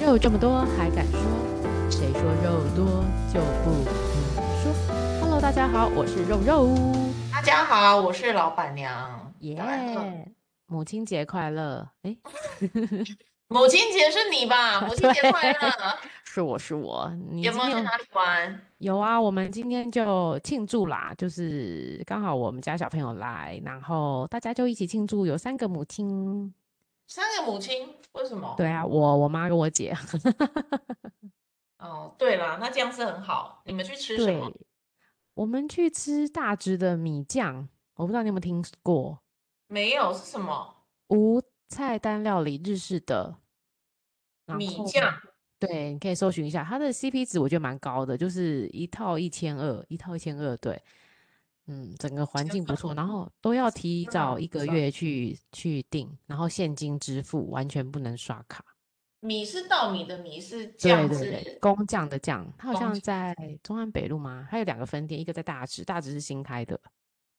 肉这么多还敢说？谁说肉多就不能说？Hello，大家好，我是肉肉，大家好，我是老板娘。耶、早安特母亲节快乐！诶，母亲节是你 吧？母亲节快乐！啊是我是我，你 有今没天有去哪里玩？有啊，我们今天就庆祝啦，就是刚好我们家小朋友来，然后大家就一起庆祝，有三个母亲。三个母亲，为什么？对啊，我我妈跟我姐。哦，对啦，那这样是很好。你们去吃什对么？，我们去吃大直的米酱，我不知道你有没有听过，没有是什么？无菜单料理日式的然米后酱。对，你可以搜寻一下，它的 CP 值我觉得蛮高的，就是一套一千二，一套一千二，对，嗯，整个环天境不哪错，然后都要提天哪早好一个爽月去去订，然后现金支付，完全不能刷卡。米是稻米的米，是对酱对对，是工匠的匠，它好工像匠在中安北路吗？它有两个分店，一个在大直，大直是新开的。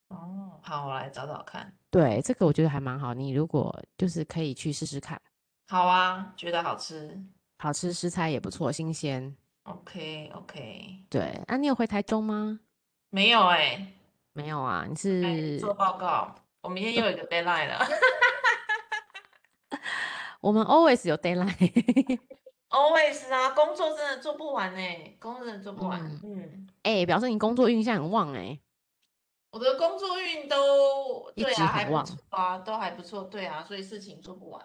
哦。好，我来找找看。对，这个我觉得还蛮好，你如果就是可以去试试看，好啊，觉得好吃。好吃，食材也不错，新鲜。 OK OK，对，那、你有回台中吗？没有哎、没有啊，你哎是做报告，我明天又有一个 deadline 了。 我们 always 有 d a y l i g h t Always 啊，工作真的做不完呢、工作真的做不完。嗯嗯， 哎、表示你工作运向很旺哎、我的工作运都一对直啊，还很不旺错啊，都还不错，对啊，所以事情做不完。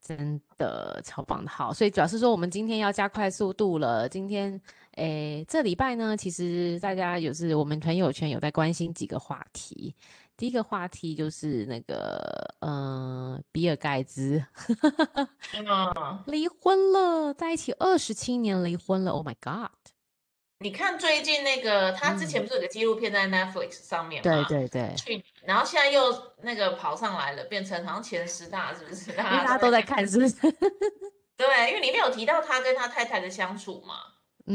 真的超棒的。好，所以表示说我们今天要加快速度了。今天，哎，这礼拜呢，其实大家有是我们朋友圈有在关心几个话题。第一个话题就是那个，嗯、比尔盖茨嗯，离婚了，在一起二十七年离婚了。Oh my god！你看最近那个，他之前嗯不是有个纪录片在 Netflix 上面对吗？对对，去年，然后现在又那个跑上来了，变成好像前十大，是不是？因为大大家家都都在在看，是不 是？嗯对，因为里面有提到他跟他太太的相处嘛。嗯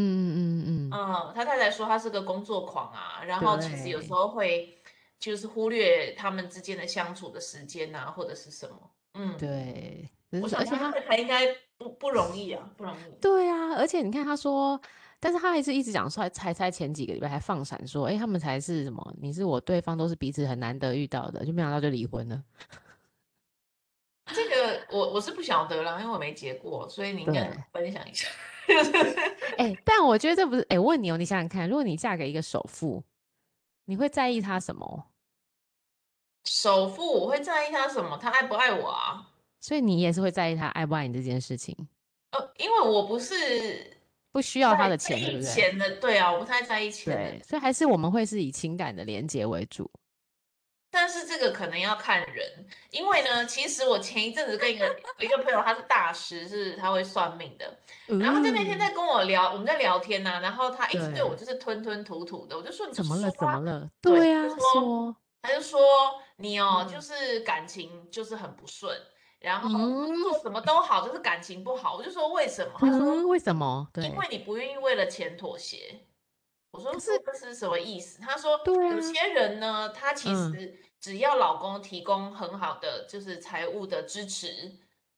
嗯嗯，嗯，他太太说他是个工作狂啊，然后其实有时对候会就是忽略他们之间的相处的时间啊，或者是什么。嗯，对，只我是想而且他他太太应该不不容易啊，不容易。对啊，而且你看他说，但是他还是一直讲说，才才前几个礼拜还放闪说，哎、他们才是什么，你是我，对方都是彼此很难得遇到的，就没想到就离婚了。这个我我是不晓得啦，因为我没结过，所以你应该对分享一下。 哎、但我觉得这不是，哎、我问你哦，你想想看，如果你嫁给一个首富，你会在意他什么？首富我会在意他什么，他爱不爱我啊？所以你也是会在意他爱不爱你这件事情，呃，因为我不是不需要他太的在钱，对意不对？钱的，对啊，我不太在意钱的对，，所以还是我们会是以情感的连接为主。但是这个可能要看人，因为呢，其实我前一阵子跟一个一个朋友，他是大师，是他会算命的，然后他就那天嗯在跟我聊，我们在聊天呐、然后他一直对我对就是吞吞吐吐的，我就说你就怎么了？说怎么啊，了？对对他啊，说说，他就说你哦，就嗯是感情就是很不顺，然后嗯做什么都好，就是感情不好，我就说为什么？他说嗯，为什么？因对为你不愿意为了钱妥协。我说可这是这是什么意思？他说对有啊些人呢，他其嗯实只要老公提供很好的就是财务的支持，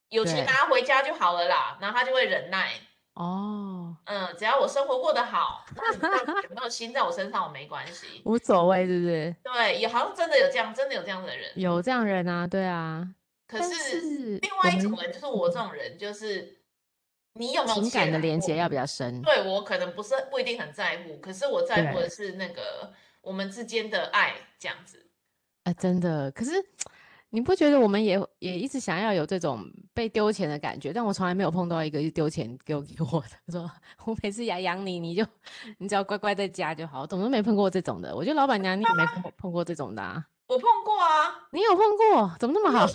有对钱拿回家就好了啦，然后他就会忍耐。哦。嗯，只要我生活过得好，那你到底有没有心在我身上我没关系。 无所谓，是不是？对，也好像真的有这样，真的有这样的人。有这样人啊，对啊。可但是是另我外一种们嗯人，就是我这种人，就是你有没有情感钱的啊连我接要比较深，对我可能不是不一定很在乎，可是我在乎的是那个我们之间的爱这样子。啊，真的。可是你不觉得我们也也一直想要有这种被丢钱的感觉？但我从来没有碰到一个就丢钱给我 给我的，说我每次养养你，你就你只要乖乖在家就好，怎么都没碰过这种的。我觉得老板娘你也没碰过碰过这种的啊，我碰过啊，你有碰过？怎么那么好？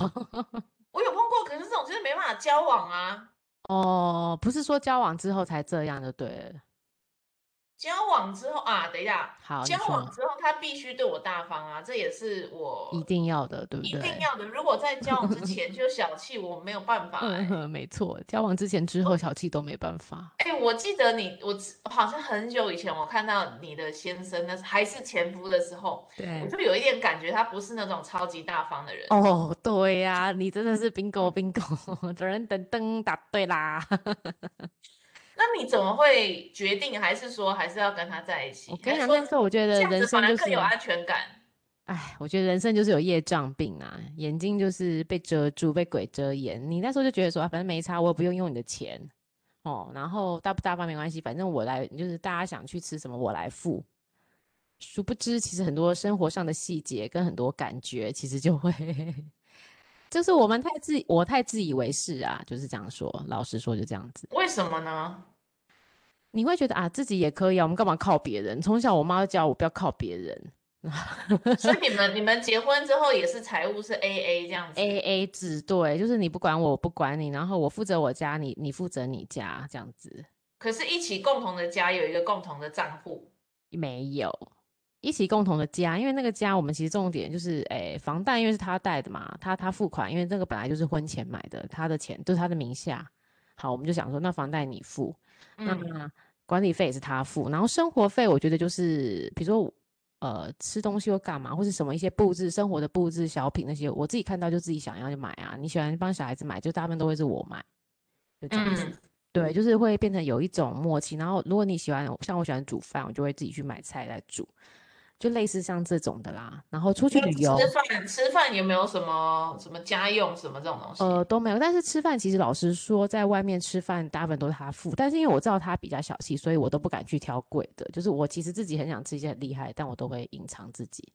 我有碰过，可是这种就是没办法交往啊。哦，不是说交往之后才这样就对了。交往之后啊，等一下，好，你交往说之后他必须对我大方啊，这也是一我定要的，对不一定对？要的。如果在交往之前就小气，我没有办法嗯哎、哦哼，没错，交往之前、之后小气都没办法。哎、我记得你，我之好像很久以前我看到你的先生，那是还是前夫的时候，我对，就有一点感觉他不是那种超级大方的人。哦，对呀、你真的是 bingo bingo，等 人等噔答对啦。那你怎么会决定，还是说还是要跟他在一我起？跟还你讲，是说那时候我觉这得样人子反生而就更有是，安全感？哎，我觉得人生就是有业障病啊，眼睛就是被遮住，被鬼遮眼。你那时候就觉得说，啊反正没差，我也不用用你的钱哦，然后大不大方没关系，反正我来，就是大家想去吃什么我来付。殊不知，其实很多生活上的细节跟很多感觉，其实就会 就是我们太自我太自以为是啊，就是这样说。老实说，就这样子，为什 么呢？你会觉得啊，自己也可以啊，我们干嘛靠别人？从小我妈就教我不要靠别人所以你们你们结婚之后也是财务是 AA 这样，A 子？ A 制，对，就是你不管我，我不管你，然后我负责我家，你你负责你家，这样子可是，一起共同的家有一个共同的账户，没有。一起共同的家，因为那个家我们其实重点就是，诶，房贷因为是他贷的嘛，他他付款，因为这个本来就是婚前买的，他的钱就是他的名下。好，我们就想说，那房贷你付，那嗯，管理费也是他付，然后生活费我觉得就是，比如说我，呃，吃东西或干嘛，或是什么一些布置，生活的布置、小品那些，我自己看到就自己想要就买啊。你喜欢帮小孩子买，就大部分都会是我买，就这样子。嗯，对，就是会变成有一种默契。然后，如果你喜欢，像我喜欢煮饭，我就会自己去买菜来煮，就类似像这种的啦。然后出去那旅吃游，饭吃饭有没有什么什么家用什么这种东西？呃，都没有。但是吃饭，其实老实说，在外面吃饭大部分都是他付。但是因为我知道他比较小气，所以我都不敢去挑贵的。就是我其实自己很想吃一些很厉害，但我都会隐藏自己。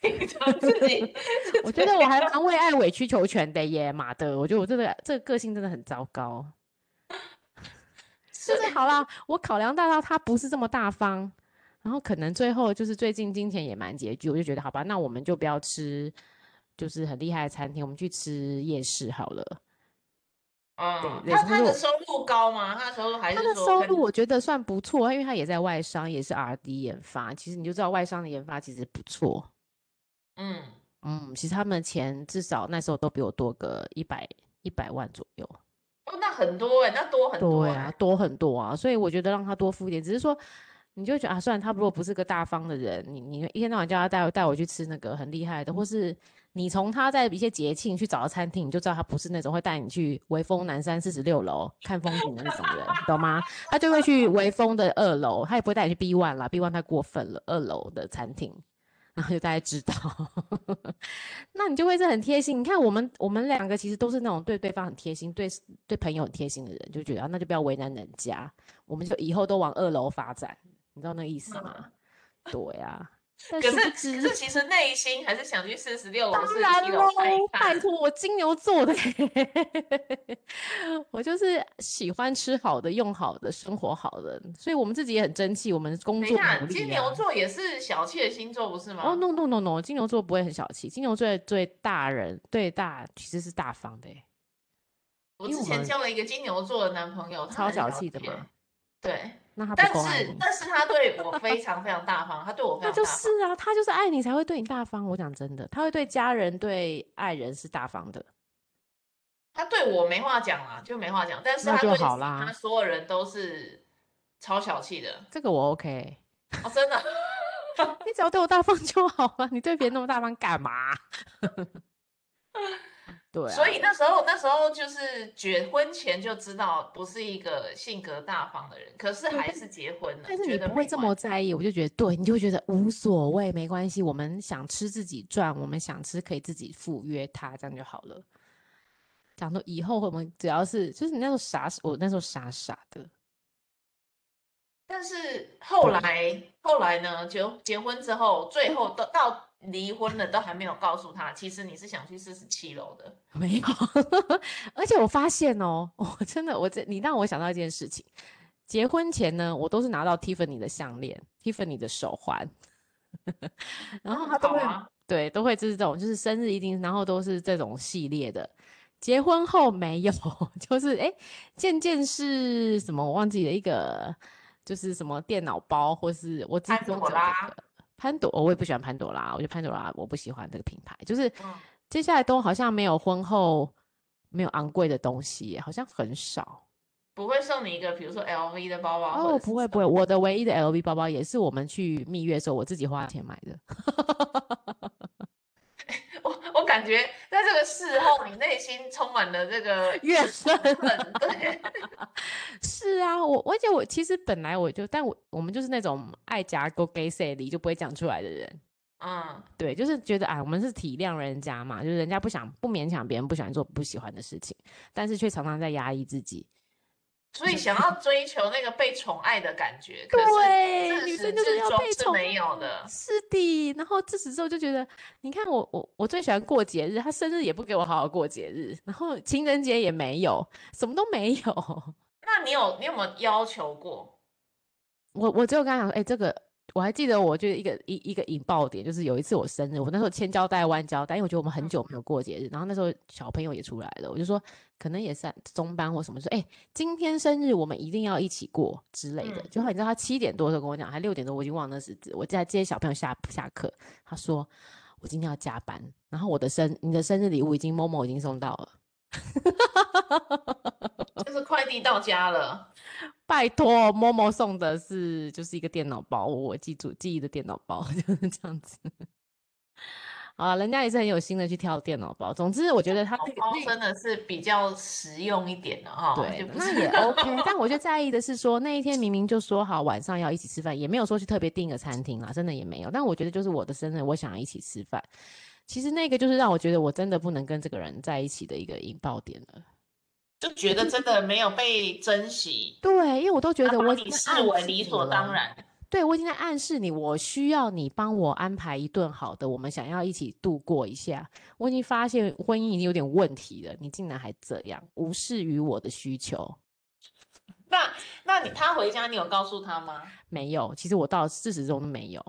平常 自己我是觉怎得我还样？蛮为爱委曲求全的耶，妈的！我觉得我这个这个个性真的很糟糕。就是是好啦，我考量到到他不是这么大方，然后可能最后就是最近金钱也蛮拮据，我就觉得好吧，那我们就不要吃就是很厉害的餐厅，我们去吃夜市好了。对嗯，对，他就是他的我收入高吗？他的收入还他是的说收跟入我觉得算不错，因为他也在外商，也是 R&D 研发，其实你就知道外商的研发其实不错。嗯，嗯，其实他们钱至少那时候都比我多个一百一百万左右。哦，那很多哎、那多很多对哎、啊，多很多啊，所以我觉得让他多付一点，只是说，你就会觉得啊，虽然他如果不是个大方的人，你你一天到晚叫他带带我去吃那个很厉害的，嗯或是你从他在一些节庆去找到餐厅，你就知道他不是那种会带你去微风南山四十六楼看风景的那种人，懂吗？他就会去微风的二楼，他也不会带你去 B One 啦，B One 太过分了，二楼的餐厅。然后就大家知道，那你就会是很贴心。你看我们我们两个其实都是那种对对方很贴心，对对朋友很贴心的人，就觉得啊，那就不要为难人家，我们就以后都往二楼发展，你知道那个意思吗？对啊，但嗯可殊是不可知，是其实内心还是想去四十六当楼、四十然七楼喽，看一拜看。托，我金牛座的欸， 我就是喜欢吃好的、用好的、生活好的，所以我们自己也很争气，我们工等一作下，努金力牛啊。座也是小气的星座，不是哦、吗？ no no no no，金牛座不会很小气，金牛座对大人对大其实是大方的欸，我因为之我前们交了一个金牛座的男朋友，他超很小小气的气欸，嘛，对，那他不但够爱是你，但是他对我非常非常大方，他对我非那常就大是方。啊，他就是爱你才会对你大方。我讲真的，他会对家人对爱人是大方的，他对我没话讲啦，就没话讲。但是那他就对好其他啦，所有人都是超小气的这个我 OK。哦，真的。你只要对我大方 就好啊，你对别人那么大方干嘛？ 对所啊，以那时候，那时候就是结婚前就知道不是一个性格大方的人，可是对，还但是结婚了，但是觉你得不会没这关么系。在意，我就觉得对，你就会觉得无所谓，没关系，我们想吃自己赚，我们想吃可以自己赴约他，这样就好了。讲说以后我们只要是，就是你那时候傻，我那时候傻傻的，但是后对，来，后来呢，结结婚之后，最后都到离婚了，都还没有告诉他，其实你是想去四十七楼的。 没有，而且我发现哦， 我真的，我这你让我想到一件事情，结婚前呢，我都是拿到 Tiffany 的项链，Tiffany 的手环。然那后很他都好会，啊，对，都会就是这种，就是生日一定，然后都是这种系列的。结婚 后没有，就是哎，诶渐渐是什么我忘记了一个就是什么电脑包，或是我自己潘用朵这个拉潘朵，我也不喜欢潘朵拉，我觉得潘朵拉我不喜欢这个品牌，就是嗯接下来都好像没有婚后没有昂贵的东西耶，好像很少。不会送你一个，比如说 LV 的包啊包。哦，不会不会。会，我的唯一的 LV 包包也是我们去蜜月的时候我自己花钱买的。我我感觉在这个事后，你内心充满了这个怨恨恨。对，啊是啊，我而且我其实本来我就，但我我们就是那种爱夹勾 gay say 里就不会讲出来的人，嗯，对，就是觉得啊，我们是体谅人家嘛，就是人家不想不勉强别人不喜欢做不喜欢的事情，但是却常常在压抑自己。所以想要追求那个被宠爱的感觉，可是对，自女始生就至要终被是宠没有爱的是的。然后自此之后就觉得，你看我我我最喜欢过节日，他生日也不给我好好过节日，然后情人节也没有，什么都没有。那你有你有没有要求过？我我只有跟他讲说，哎、这个我还记得，我就是一个一一个引爆点，就是有一次我生日，我那时候千交代万交代，因为我觉得我们很嗯久没有过节日，然后那时候小朋友也出来了，我就说可能也是中班或什么，说哎、今天生日我们一定要一起过之类的。嗯结果你知道他七点多的时候跟我讲，还六点多我已经忘了日子，我在接小朋友下下课，他说我今天要加班，然后我的生你的生日礼物已经某某已经送到了。就是快递到 家了，拜托，某某送的是就是一个电脑包，我记住记忆的电脑包 就是这样子。啊，人家也是很有心的去挑电脑包。总之，我觉得他那个包那个真的是比较实用一点的哈。对就，不那是哦也 OK。但我就在意的是说，那一天明明就说好晚上要一起吃饭，也没有说去特别订个餐厅啦，啊真的也没有。但我觉得就是我的生日，我想要一起吃饭。其实那个就是让我觉得我真的不能跟这个人在一起的一个引爆点了。就觉得真的没有被珍惜，对，因为我都 觉他得把我已你经视暗为示理啊你所当了然。对，我已经在暗示你，我需要你帮我安排一顿好的，我们想要一起度过一下。我已经发现婚姻已经有点问题了，你竟然还这样无视于我的需求。那那你他回家，你有告诉他吗？没有，其实我到自始终都没有，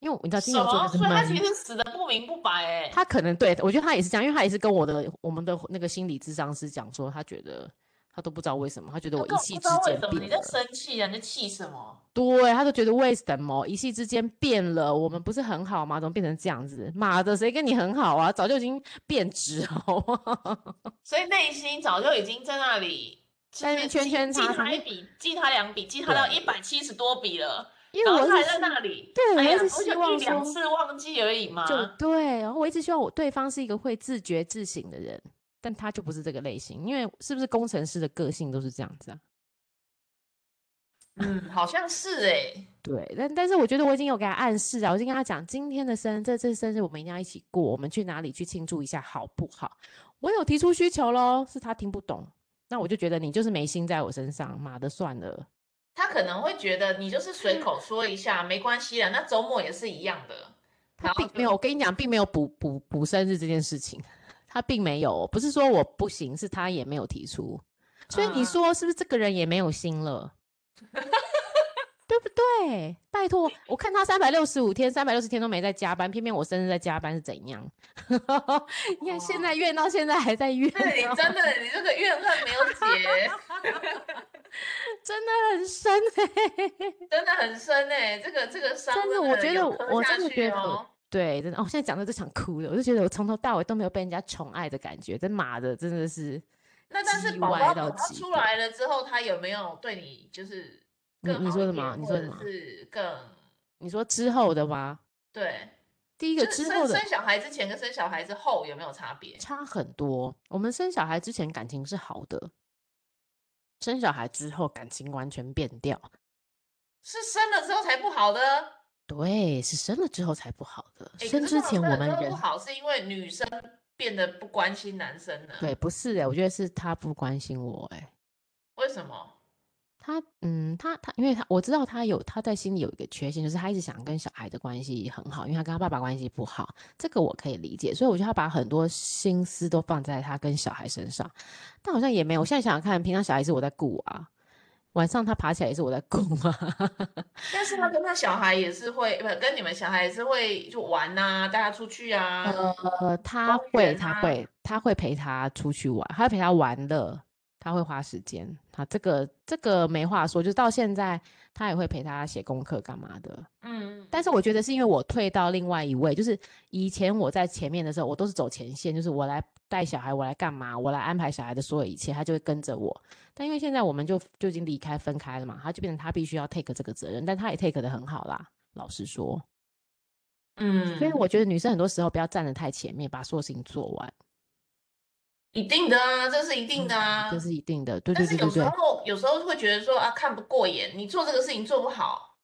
因啊为你知道什金牛座么？就是所以他其闷。实死的不明不白哎、他可能对我觉得他也是这样，因为他也是跟我的我们的那个心理智商师讲说，他觉得他都不知道为什么，他觉得我根一本气不之知道为间什么你变在了，生气啊？你在气什么？对，他都觉得为什么一夕之间变了，我们不是很好吗？怎么变成这样子？妈的，谁跟你很好啊？早就已经变质了，好不 好？所以内心早就已经在那里，在那边圈圈记叉叉他一笔，记他两笔，记他到对一百七十多笔了，因为然我后一他还直在希那里。对我哎呀，一直不希就望一两说次忘记而已嘛。就对，然后我一直希望我对方是一个会自觉自省的人，但他就不是这个类型，因为是不是工程师的个性都是这样子啊？嗯，好像是哎、对，但但是我觉得我已经有给他暗示啊，我已经跟他讲，今天的生日，这次生日我们一定要一起过，我们去哪里去庆祝一下好不好？我有提出需求喽，是他听不懂，那我就觉得你就是没心在我身上，妈的算了。他可能会觉得你就是随嗯口说一下，没关系啦，那周末也是一样的。他然后并就没有，我跟你讲，并没有补补补生日这件事情，他并没有，不是说我不行，是他也没有提出，所以嗯嗯你说是不是这个人也没有心了？ 对不对？拜托，我看他三百六十五天、三百六十天都没在加班，偏偏我生日在加班是怎样？ 你看现哇在怨到现在还在怨哦，对你真的，你这个怨恨没有解，真的很深哎、真的很深哎、这个这个伤真的我觉得有我刻我下真的去觉得哦对，真的，哦，现在讲的都想哭了，我就觉得我从头到尾都没有被人家宠爱的感觉，真妈的，真的是。那但是叽宝歪宝到等他极出点来了之后，他有没有对你就是你更你好说一什么点你或说者什么是更你说之后的吗？对？第一个就是之生后的生小孩之前跟生小孩之后有没有差别？差很多。我们生小孩之前感情是好的，生小孩之后感情完全变掉。是生了之后才不好的，对，是生了之后才不好的。诶可生是之通常前生我了之们后人不好，是因为女生变得不关心男生了。对，不是哎、我觉得是他不关心我哎、为什么？他嗯，他他，因为他我知道他有他在心里有一个缺陷，就是他一直想跟小孩的关系很好，因为他跟他爸爸关系不好，这个我可以理解，所以我觉得他把很多心思都放在他跟小孩身上，但好像也没有。我现在想想看，平常小孩是我在顾啊，晚上他爬起来也是我在顾啊， 但是他跟他小孩也是会，不跟你们小孩也是会就玩呐、带他出去啊。呃，他公会园他啊会他会陪他出去玩，他会陪他玩乐，他会花时间，他这个这个没话说，就到现在他也会陪他写功课干嘛的。嗯，但是我觉得是因为我退到另外一位，就是以前我在前面的时候，我都是走前线，就是我来带小孩，我来干嘛，我来安排小孩的所有一切，他就会跟着我。但因为现在我们就就已经离开分开了嘛，他就变成他必须要 take 这个责任，但他也 take 的很好啦，老实说。嗯，所以我觉得女生很多时候不要站得太前面，把所有事情做完，一定的啊，这是一定的啊。这是一定的。嗯对对但是对有对时对，候有时候会觉得说啊，看不过眼，你做这个事情做不好，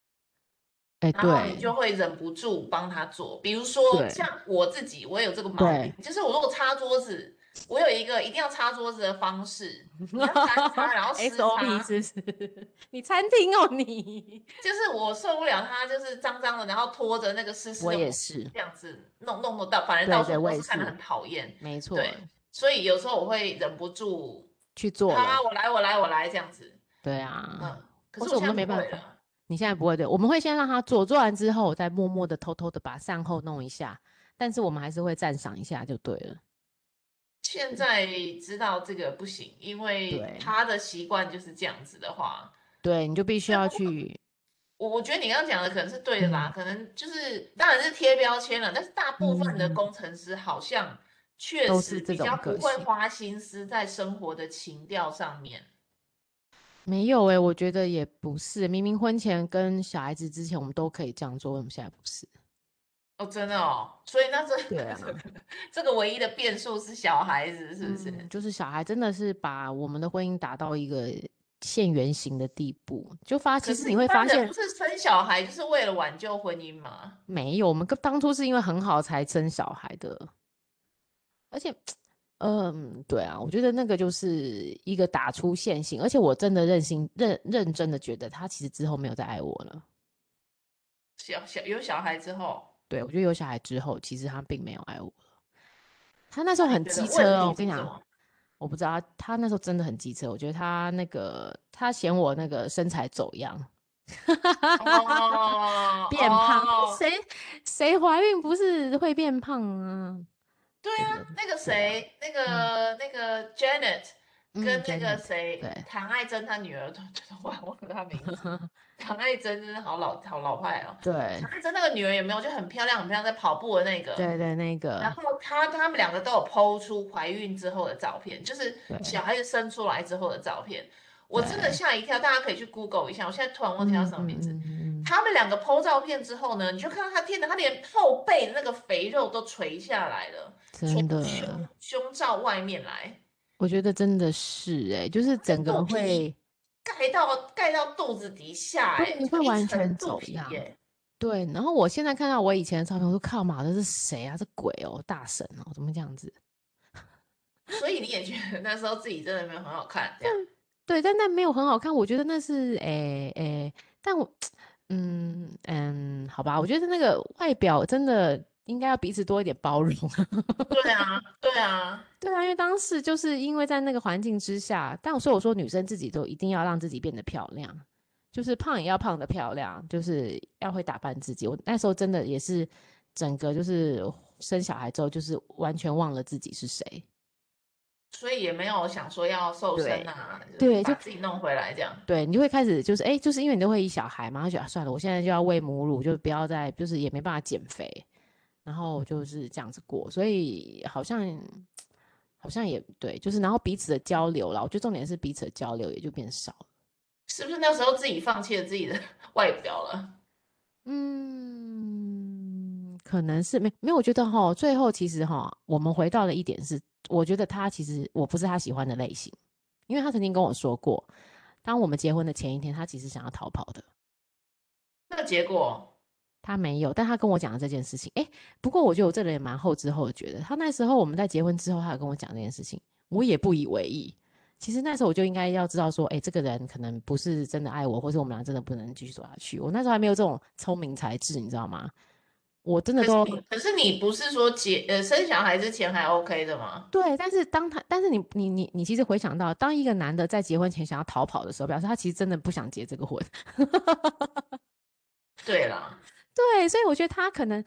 哎然后你 对就会忍不住帮他做。比如说对像我自己，我也有这个毛病，就是我如果擦桌子，我有一个一定要擦桌子的 方式，你要啊三擦，然后湿，SOP 擦，是不是？ 你餐厅哦你，就是我受不了它就是脏脏的，然后拖着那个湿湿的，我也是，这样子弄弄得到，反正对到对处我都也是看得是很讨厌，没错，所以有时候我会忍不住，去做了，啊，我来，我来，我来这样子，对啊。嗯，可或是是我我们现都没在不办会啊法了。你嗯现在不会对，我们会先让他做，做完之后我再默默的、偷偷的把善后弄一下，但是我们还是会赞赏一下就对了。现在知道这个不行，因为对他的习惯就是这样子的话，对，你就必须要去，我我觉得你刚刚讲的可能是对的嗯啦，可能就是当然是贴标签了，但是大部分的嗯工程师好像确都实是这比种较不个会性花心思在生活的情调上面。没有诶、我觉得也不是，明明婚前跟小孩子之前我们都可以这样做，为什么现在不是？哦，真的哦，所以那这对 啊 这个唯一的变数是小孩子，是不是？嗯就是小孩真的是把我们的婚姻打到一个现原形的地步，就发可其是实你一会般发人现不是生小孩就是为了挽救婚姻吗？没有，我们跟当初是因为很好才生小孩的，而且，嗯，对啊，我觉得那个就是一个打出现行，而且我真的认心认认真的觉得他其实之后没有再爱我了。小小有小孩 之后，对我觉得有小孩之后，其实他并没有爱我了。他那时候很觉得机问车哦，题我跟你是什讲，么，我不知道他他那时候真的很机车，我觉得他那个他嫌我那个身材走样。哦变胖，哦谁谁怀孕不是会变胖啊？对啊，那个谁，那个那个 Janet 嗯跟那个 Janet，谁对唐爱珍，她女儿， 对对对，我还忘了她名字，唐爱珍真的好老好老派哦。 对 唐爱珍那个女儿有没有就很漂亮，很漂亮，在跑步的那个，对对，那然个后她她们两个都有剖出怀孕之后的照片，就是对小孩子生出来之后的照片。我真的对吓一跳，大家可以去 Google 一下，我现在突然忘记叫什么名字。嗯 嗯嗯他们两个 PO 照片之后呢，你就看到她天哪，她连后背的那个肥肉都垂下来了，真从的，胸胸罩外面来，我觉得真的是哎、就是整肚个皮会盖到盖到肚子底下、对欸，会就一完层全肚走皮欸样耶对。然后我现在看到我以前的照片，我说靠妈的，这是谁啊？这鬼哦，大神哦，怎么这样子？所以你也觉得那时候自己真的没有很好看， 这样对，但那没有很好看，我觉得那是诶诶，但我嗯嗯，好吧，我觉得那个外表真的应该要彼此多一点包容。对啊，对啊，对啊，因为当时就是因为在那个环境之下，但所以我说女生自己都一定要让自己变得漂亮，就是胖也要胖得漂亮，就是要会打扮自己。我那时候真的也是整个就是生小孩之后，就是完全忘了自己是谁。所以也没有想说要瘦身对啊，就是对把就自己弄回来这样。对，你就会开始就是哎，就是因为你都会以小孩嘛，然后就觉得、啊、算了，我现在就要喂母乳，就不要再就是也没办法减肥，然后就是这样子过，所以好像好像也对，就是然后彼此的交流啦，我觉得重点是彼此的交流也就变少了。是不是那时候自己放弃了自己的 外表了？嗯，可能是没没有，我觉得哈，最后其实哈，我们回到了一点是，我觉得他其实我不是他喜欢的类型，因为他曾经跟我说过，当我们结婚的前一天，他其实想要逃跑的。那结果他没有，但他跟我讲了这件事情。哎，不过我觉得我这人也蛮后知后觉的。他那时候我们在结婚之后，他有跟我讲这件事情，我也不以为意。其实那时候我就应该要知道说，哎，这个人可能不是真的爱我，或者我们俩真的不能继续走下去。我那时候还没有这种聪明才智，你知道吗？我真的可是都你可是你不是说结呃生小孩之前还 OK 的吗？对，但是当他，但是你你你你其实回想到，当一个男的在结婚前想要逃跑的时候，表示他其实真的不想结这个婚。对啦，对，所以我觉得他可能，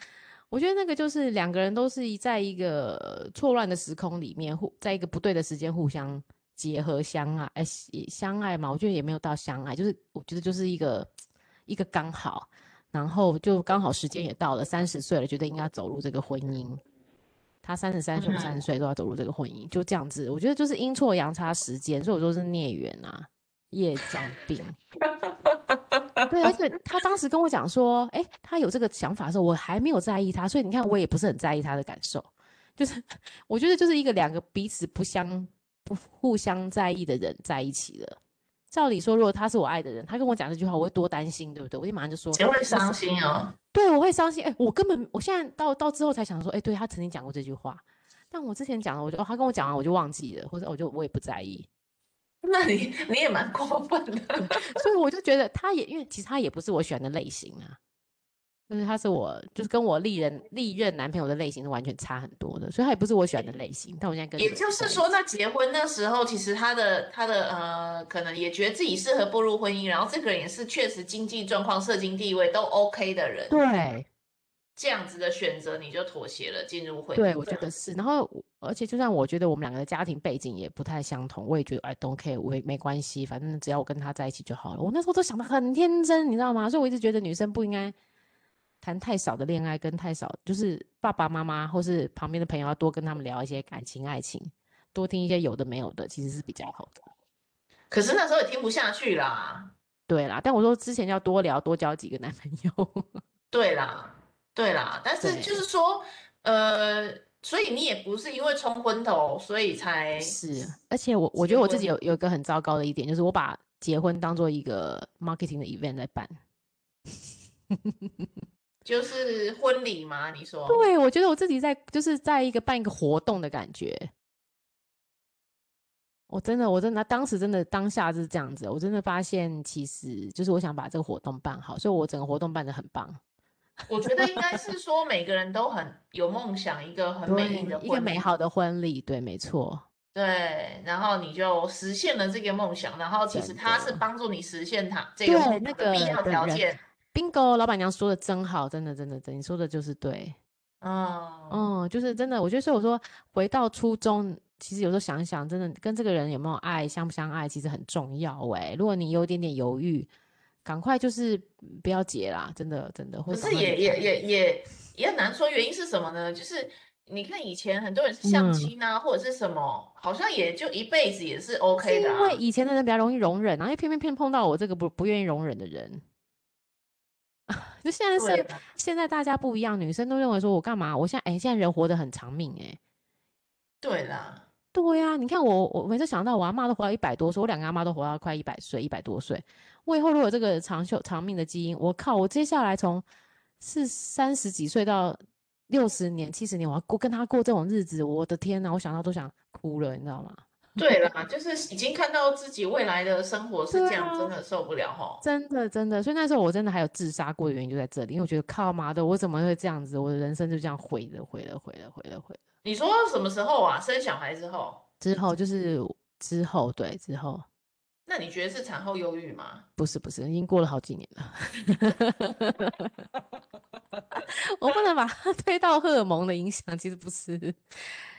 我觉得那个就是两个人都是一在一个错乱的时空里面，互在一个不对的时间互相结合相爱，哎、喜相爱嘛，我觉得也没有到相爱，就是我觉得就是一个一个刚好，然后就刚好时间也到了，三十岁了，觉得应该走入这个婚姻。他三十三岁、三十岁都要走入这个婚姻，就这样子。我觉得就是阴错阳差时间，所以我说是孽缘啊，业障病。对，而且他当时跟我讲说，哎、他有这个想法的时候，我还没有在意他，所以你看我也不是很在意他的感受。就是我觉得就是一个两个彼此不相不互相在意的人在一起了。照理说，如果他是我爱的人，他跟我讲这句话，我会多担心，对不对？我就马上就说，谁会伤心哦？ 对，我会伤心。哎、我根本我现在到到之后才想说，哎、对他曾经讲过这句话，但我之前讲了，我就、哦、他跟我讲了，我就忘记了，或者我就我也不在意，那你你也蛮过分的。所以我就觉得他也因为其实他也不是我喜欢的类型啊，就是他是我就是跟我历任历任男朋友的类型是完全差很多的，所以他也不是我喜欢的类型。但我现在跟也这个就是人说，那结婚那时候，其实他的他的呃，可能也觉得自己适合步入婚姻，然后这个人也是确实经济状况、社经地位都 OK 的人，对，这样子的选择你就妥协了，进入婚姻。对，我觉得是。然后我，而且就算我觉得我们两个的家庭背景也不太相同，我也觉得哎 I don't care，我也没关系，反正只要我跟他在一起就好了。我那时候都想的很天真，你知道吗？所以我一直觉得女生不应该谈太少的恋爱，跟太少就是爸爸妈妈或是旁边的朋友要多跟他们聊一些感情、爱情，多听一些有的没有的，其实是比较好的。可是那时候也听不下去啦，对啦，但我说之前要多聊，多交几个男朋 友。对啦，对啦，但是对就是说，呃，所以你也不是因为冲昏头，所以才是，而且我我觉哎结得我自己婚有有一个很糟糕的一点，就是我把结婚当做一个 marketing 的 event 在办。就是婚礼嘛？你说，对，我觉得我自己在就是在一个办一个活动的感觉。我真的，我真的当时真的当下是这样子，我真的发现其实就是我想把这个活动办好，所以我整个活动办得很棒。我觉得应该是说每个人都很有梦想，一个很美丽的一个婚美礼好的婚礼，对，没错，对，然后你就实现了这个梦想，然后其实真它是的帮助你实现它这对个梦那想个的必要本条人件。 bingo，老板娘说的真好，真的，真的，真的，你说的就是对。嗯，嗯，就是真的，我觉得，所以我说，回到初中，其实有时候想一想，真的跟这个人有没有爱、相不相爱，其实很重要哎、如果你有一点点犹豫，赶快就是嗯不要结啦，真的真的，或可者是也也也也也很难说原因是什么呢？就是你看以前很多人是相嗯亲啊，或者是什么，好像也就一辈子也是 OK 的因为啊。以前的人比较容易容忍，然后又偏偏偏碰到我这个不不愿意容忍的人。 就现在对是啦，现在大家不一样，女生都认为说我干嘛？我现在哎、现在人活得很长命哎、对啦，对呀、你看我，我每次想到我阿妈都活到一百多岁，我两个阿妈都活到快一百岁，一百多岁。我以后如果有这个长寿长命的基因，我靠，我接下来从是三十几岁到六十年、七十年，我要过跟他过这种日子，我的天呐，我想到都想哭了，你知道吗？对啦，就是已经看到自己未来的生活是对这样，真啊的受不了吼。真的，真的，所以那时候我真的还有自杀过的原因就在这里，因为我觉得靠妈的，我怎么会这样子？我的人生就这样毁了，毁了，毁了，毁了，毁了。你说什么时候啊？生小孩之后，之后就是之后，对，之后那你觉得是产后忧郁吗？不是不是，已经过了好几年了。 我不能把它推到荷尔蒙的影响，其实不是。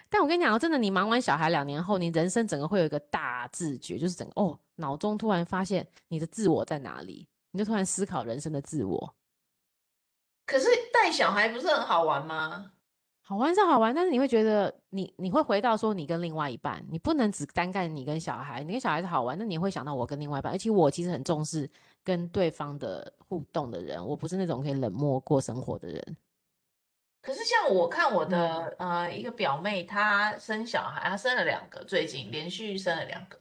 但我跟你讲哦，真的，你忙完小孩两年后，你人生整个会有一个大自觉，就是整个哦，脑中突然发现你的自我在哪里，你就突然思考人生的自我。可是带小孩不是很好玩吗？好玩是好玩，但是你会觉得你你会回到说你跟另外一半，你不能只单干你跟小孩，你跟小孩是好玩，那你会想到我跟另外一半，而且我其实很重视跟对方的互动的人，我不是那种可以冷漠过生活的人。可是像我看我的、嗯呃一个表妹，她生小孩，她生了两个，最近连续生了两个，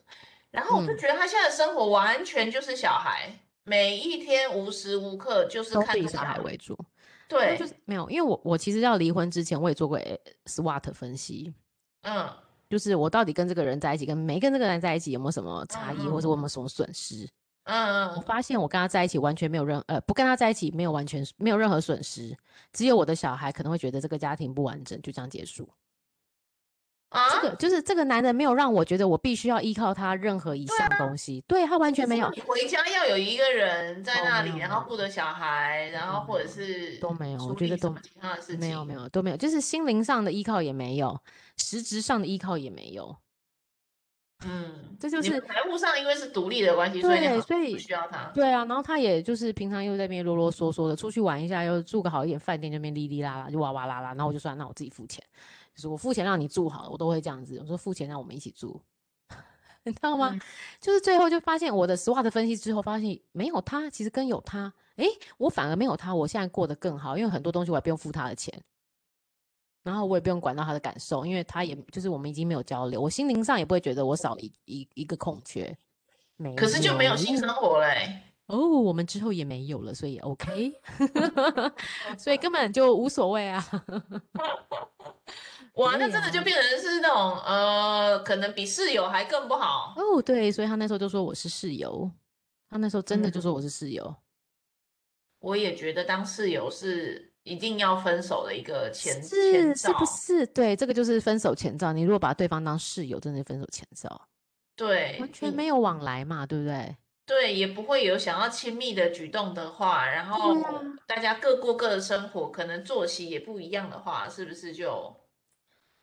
然后我就嗯觉得她现在的生活完全就是小孩，每一天无时无刻就是都是看以着小孩为主，那对就，是没有，因为我我其实要离婚之前，我也做过诶 SWOT 分析，嗯，就是我到底跟这个人在一起，跟没跟这个人在一起有没有什么差异，或者嗯我有没有什么损失？嗯我嗯，发现我跟他在一起完全没有任呃，不跟他在一起没有完全没有任何损失，只有我的小孩可能会觉得这个家庭不完整，就这样结束。啊，这个就是这个男人没有让我觉得我必须要依靠他任何一啊项东西，对他完全没有你回家要有一个人在哦那没里，有然没后有顾着小孩，然后都或者没有是都没有我处觉理得什都么其他的事情，没有没有都没有，就是心灵上的依靠也没有，实质上的依靠也没有。嗯，这就你是们财务上因为是独立的关系，所以你对好像所不以需要他。对啊，然后他也就是平常又在那边啰啰嗦嗦的，出去玩一下，又住个好一点饭店，那边哩哩啦啦，就哇哇啦啦。然后我就说，那我自己付钱，就是我付钱让你住好了，我都会这样子。我说付钱让我们一起住， 你知道吗？嗯就是最后就发现我的 SWOT 分析之后，发现没有他，其实跟有他，诶，我反而没有他，我现在过得更好，因为很多东西我也不用付他的钱。然后我也不用管到他的感受，因为他也就是我们已经没有交流，我心灵上也不会觉得我少一一一个空缺。没可是就没有有性生活嘞、欸，哦，我们之后也没有了，所以 OK，所以根本就无所谓啊。哇，所那以真的就啊变成是那种呃，可能比室友还更不好。哦，对，所以他那时候就说我是室友，他那时候真的就说我是室友，我也觉得当室友是一定要分手的一个 前前是是兆不，是？对，这个就是分手前兆。你如果把对方当室友，真的是分手前兆，对，完全你没有往来嘛，对不对？对，也不会有想要亲密的举动的话，然后啊大家各过各的生活，可能作息也不一样的话，是不是就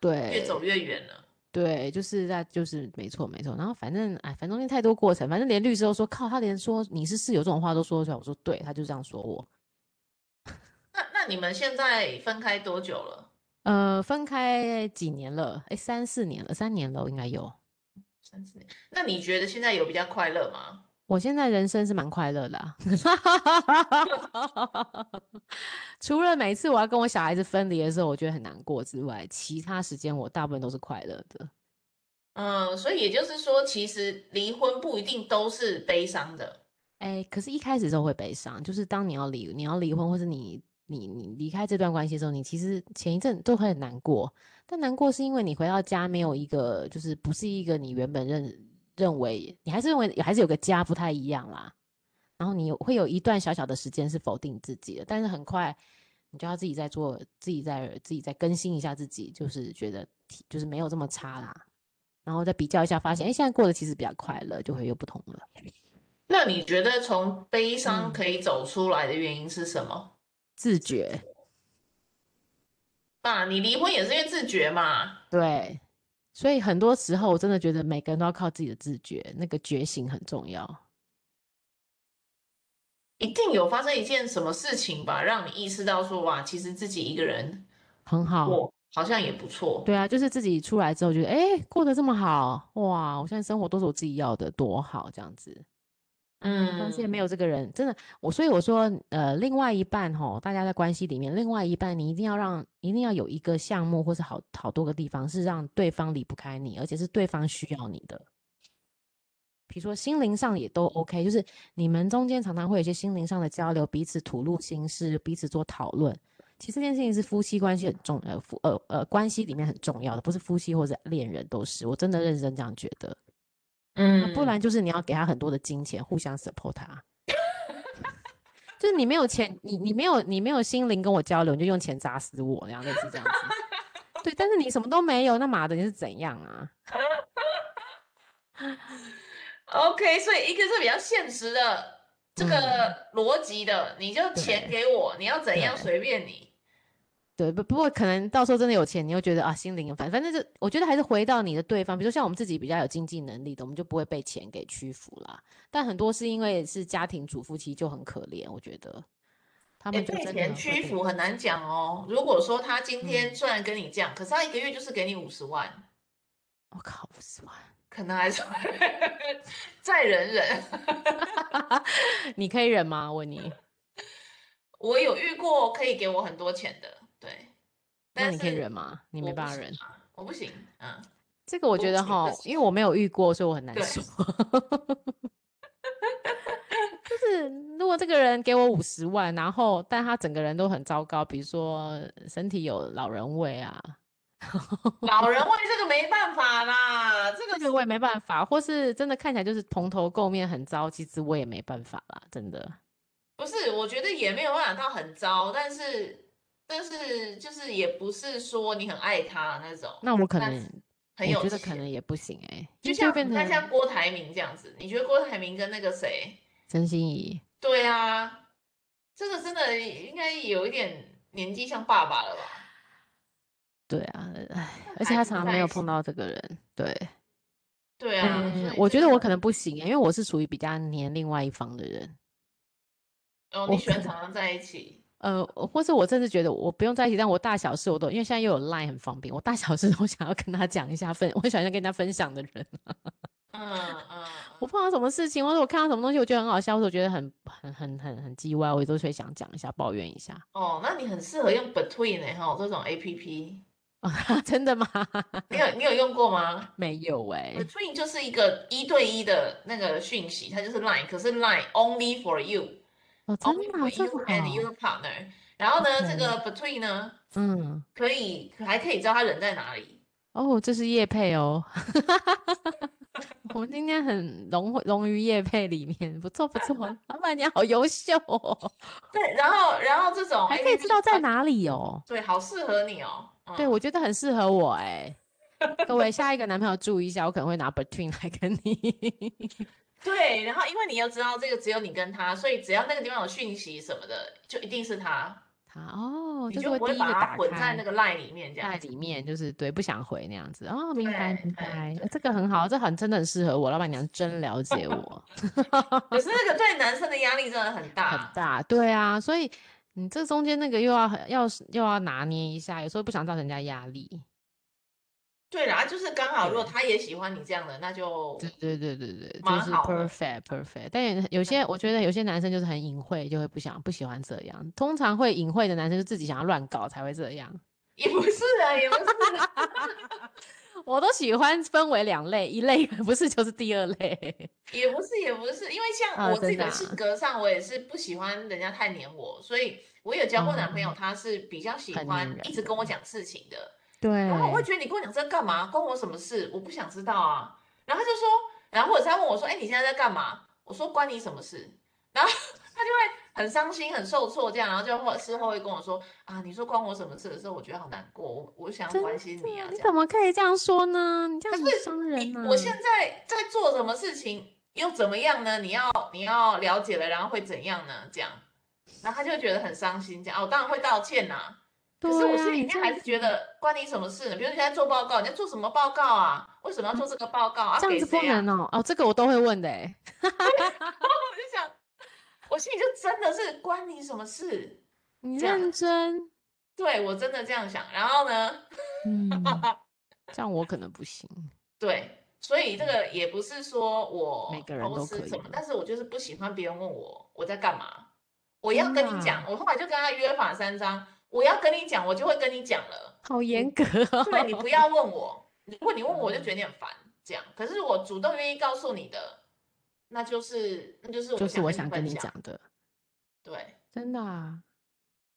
越对，走越远了？对，就是在，就是没错没错。然后反正哎，反正中间太多过程，反正连律师都说靠，他连说你是室友这种话都说得出来。我说对，他就这样说我。那那你们现在分开多久了？呃，分开几年了？哎，三四年了，三年了，应该有。三四年？那你觉得现在有比较快乐吗？我现在人生是蛮快乐的啊、 除了每次我要跟我小孩子分离的时候，我觉得很难过之外，其他时间我大部分都是快乐的。嗯，所以也就是说，其实离婚不一定都是悲伤的。哎，可是，一开始的时候会悲伤，就是当你要离，你要离婚，或是你你你离开这段关系的时候，你其实前一阵都会很难过，但难过是因为你回到家没有一个，就是不是一个你原本认认为，你还是认为还是有个家不太一样啦。然后你有会有一段小小的时间是否定自己的，但是很快你就要自己再做，自己再自己再更新一下自己，就是觉得提就是没有这么差啦。然后再比较一下，发现哎，现在过得其实比较快乐，就会又不同了。那你觉得从悲伤嗯可以走出来的原因是什么？自觉，啊，你离婚也是因为自觉嘛？对，所以很多时候我真的觉得每个人都要靠自己的自觉，那个觉醒很重要。一定有发生一件什么事情吧，让你意识到说，哇，其实自己一个人很好，过好像也不错。嗯对啊，就是自己出来之后觉得，哎，过得这么好，哇，我现在生活都是我自己要的，多好，这样子。发现嗯，没有这个人，真的，我所以我说，呃，另外一半吼，大家在关系里面，另外一半你一定要让，一定要有一个项目或是好好多个地方是让对方离不开你，而且是对方需要你的。比如说心灵上也都 OK，就是你们中间常常会有一些心灵上的交流，彼此吐露心事，彼此做讨论。其实这件事情是夫妻关系很重，呃，夫呃呃关系里面很重要的，不是夫妻或者恋人都是，我真的认真这样觉得。那嗯，不然就是你要给他很多的金钱，互相 support 他。 就是你没有钱，你你没有你没有心灵跟我交流，你就用钱砸死我，然后类似这样子。 对，但是你什么都没有，那马的你是怎样啊？ OK，所以一个是比较现实的这个逻辑的，你就钱给我，你要怎样嗯对随便你。对，不不过可能到时候真的有钱，你又觉得啊，心灵反反正就我觉得还是回到你的对方，比如说像我们自己比较有经济能力的，我们就不会被钱给屈服啦。但很多是因为是家庭主妇，其实就很可怜，我觉得他哎，们就被真的钱会屈被服很难讲哦。如果说他今天嗯虽然跟你这样，可是他一个月就是给你五十万，我靠，五十万。可能还是 再忍忍。 你可以忍吗？我问你，我有遇过可以给我很多钱的，对，那但你可以是忍吗？你我没不办法行忍。啊，我不行， 嗯。这个我觉我得觉得哈，是因为我没有遇过，所以我很难对说。 就是如果这个人给我五十万，然后但他整个人都很糟糕，比如说身体有老人味啊，老人为这个没办法啦，这这个个我也没办法，或是真的看起来就是蓬头垢面很糟，其实我也没办法啦，真的。不是，我觉得也没有办法到很糟，但是但是就是也不是说你很爱他那种，那我可那能很我有觉得界可能也不行哎、因就为就像会变那成像郭台铭这样子，你觉得郭台铭跟那个谁？真心怡。对啊，这个真的应该有一点年纪像爸爸了吧？对啊，哎，而且他孩子不常常在没一有起碰到这个人，对，对啊，所嗯以我觉这得我个可能不行啊耶，因为我是属于比较黏另外一方的人。哦，我你喜欢可常常在一起，呃，或者我甚至觉得我不用在一起，但我大小事我都，因为现在又有 Line 很方便，我大小事都想要跟他讲一下分，我很喜欢跟人家分享的人。嗯嗯我碰到什么事情，或者我看到什么东西，我觉得很好笑，或者我觉得很很很很很叽歪，我都会想讲一下，抱怨一下。 哦，那你很适合用 Between 呢、哈，这种 A P P，啊，真的吗？ 你有你有用过吗？没有哎、 Between 就是一个一对一的那个讯息，它就是 Line，可是 Line only for you，only 哦，真的啊 for 这 you 么 and 好， your partner。然后呢，这 OK 个 Between 呢，嗯，可以还可以知道他人在哪里。哦，这是叶配哦， 我们今天很融汇融于叶配里面，不错不错，老板娘好优秀 哦，对，然后然后这种还可以知 APP 道在它哪里哦，啊对，好适合你哦。对嗯，我觉得很适合我哎、各位下一个男朋友注意一下，我可能会拿 between 来跟你，对，然后因为你要知道这个只有你跟他，所以只要那个地方有讯息什么的，就一定是他，他哦，你就是就会不会第一把个它打混在那开。个 Line 里面这在样里子。面就是对不想回那样子哦，明白对明对白，呃这对，个很好，这很真的很适合我，老板娘真了解我。可是那个对男生的压力真的很很大。大，对啊，所以你这中间那个又要很要是又要拿捏一下，有时候不想造成人家压力。对啦，就是刚好，如果对，他也喜欢你这样的，那对就对对对对，就哦蛮是好的。 perfect perfect。但有有些我觉得有些男生就是很隐晦，就会不想不喜欢这样。通常会隐晦的男生就自己想要乱搞才会这样。也不是啊，也不是，我都喜欢分为两类，一类不是就是第二 类也不是，也不是，因为像啊，我自真己的的性啊，格上，我也是不喜欢人家太黏我，所以我有交过男朋友，嗯，他是比较喜很欢黏一人直的，跟我讲事情的，然后我会对，觉得你跟我讲这干嘛，关我什么事？我不想知道啊。然后他就说，然后或者是他问我说，哎，你现在在干嘛？我说关你什么事？然后他就会很伤心、很受挫这样，然后就或事后会跟我说啊，你说关我什么事的时候，我觉得好难过，我我想要真关的，心你啊你这样。怎么可以这样说呢？你这可样是很伤人你，我现呐、在在做什么事情又怎么样呢？你要你要了解了，然后会怎样呢？这样，然后他就觉得很伤心，这样哦，当然会道歉呐、可是对我啊，心里你面这还样是子。觉得关你什么事呢？比如你在做报告，你在做什么报告啊？为什么要做这个报告啊？嗯这样给子不谁啊？能哦，哦，这个我都会问的哎，我就想，我心里就真的是关你什么事？你 这样，啊认真，对我真的这样想。然后呢， 嗯，这样我可能不行，对，所以这嗯，个也不是说每我个人偷都吃可什以啊么，吗？但是我就是不喜欢别人问我我在干嘛。我要天跟你讲，哪，我后来就跟他约法三章，我要跟你讲，我就会跟你讲了。好你严 格 对你不哦，要问我，如果你问我，我就嗯，觉得你很烦。这样，可是我主动愿意告诉你的，那就是那就是我就是想我跟你想跟分你享。讲的，对，真的啊，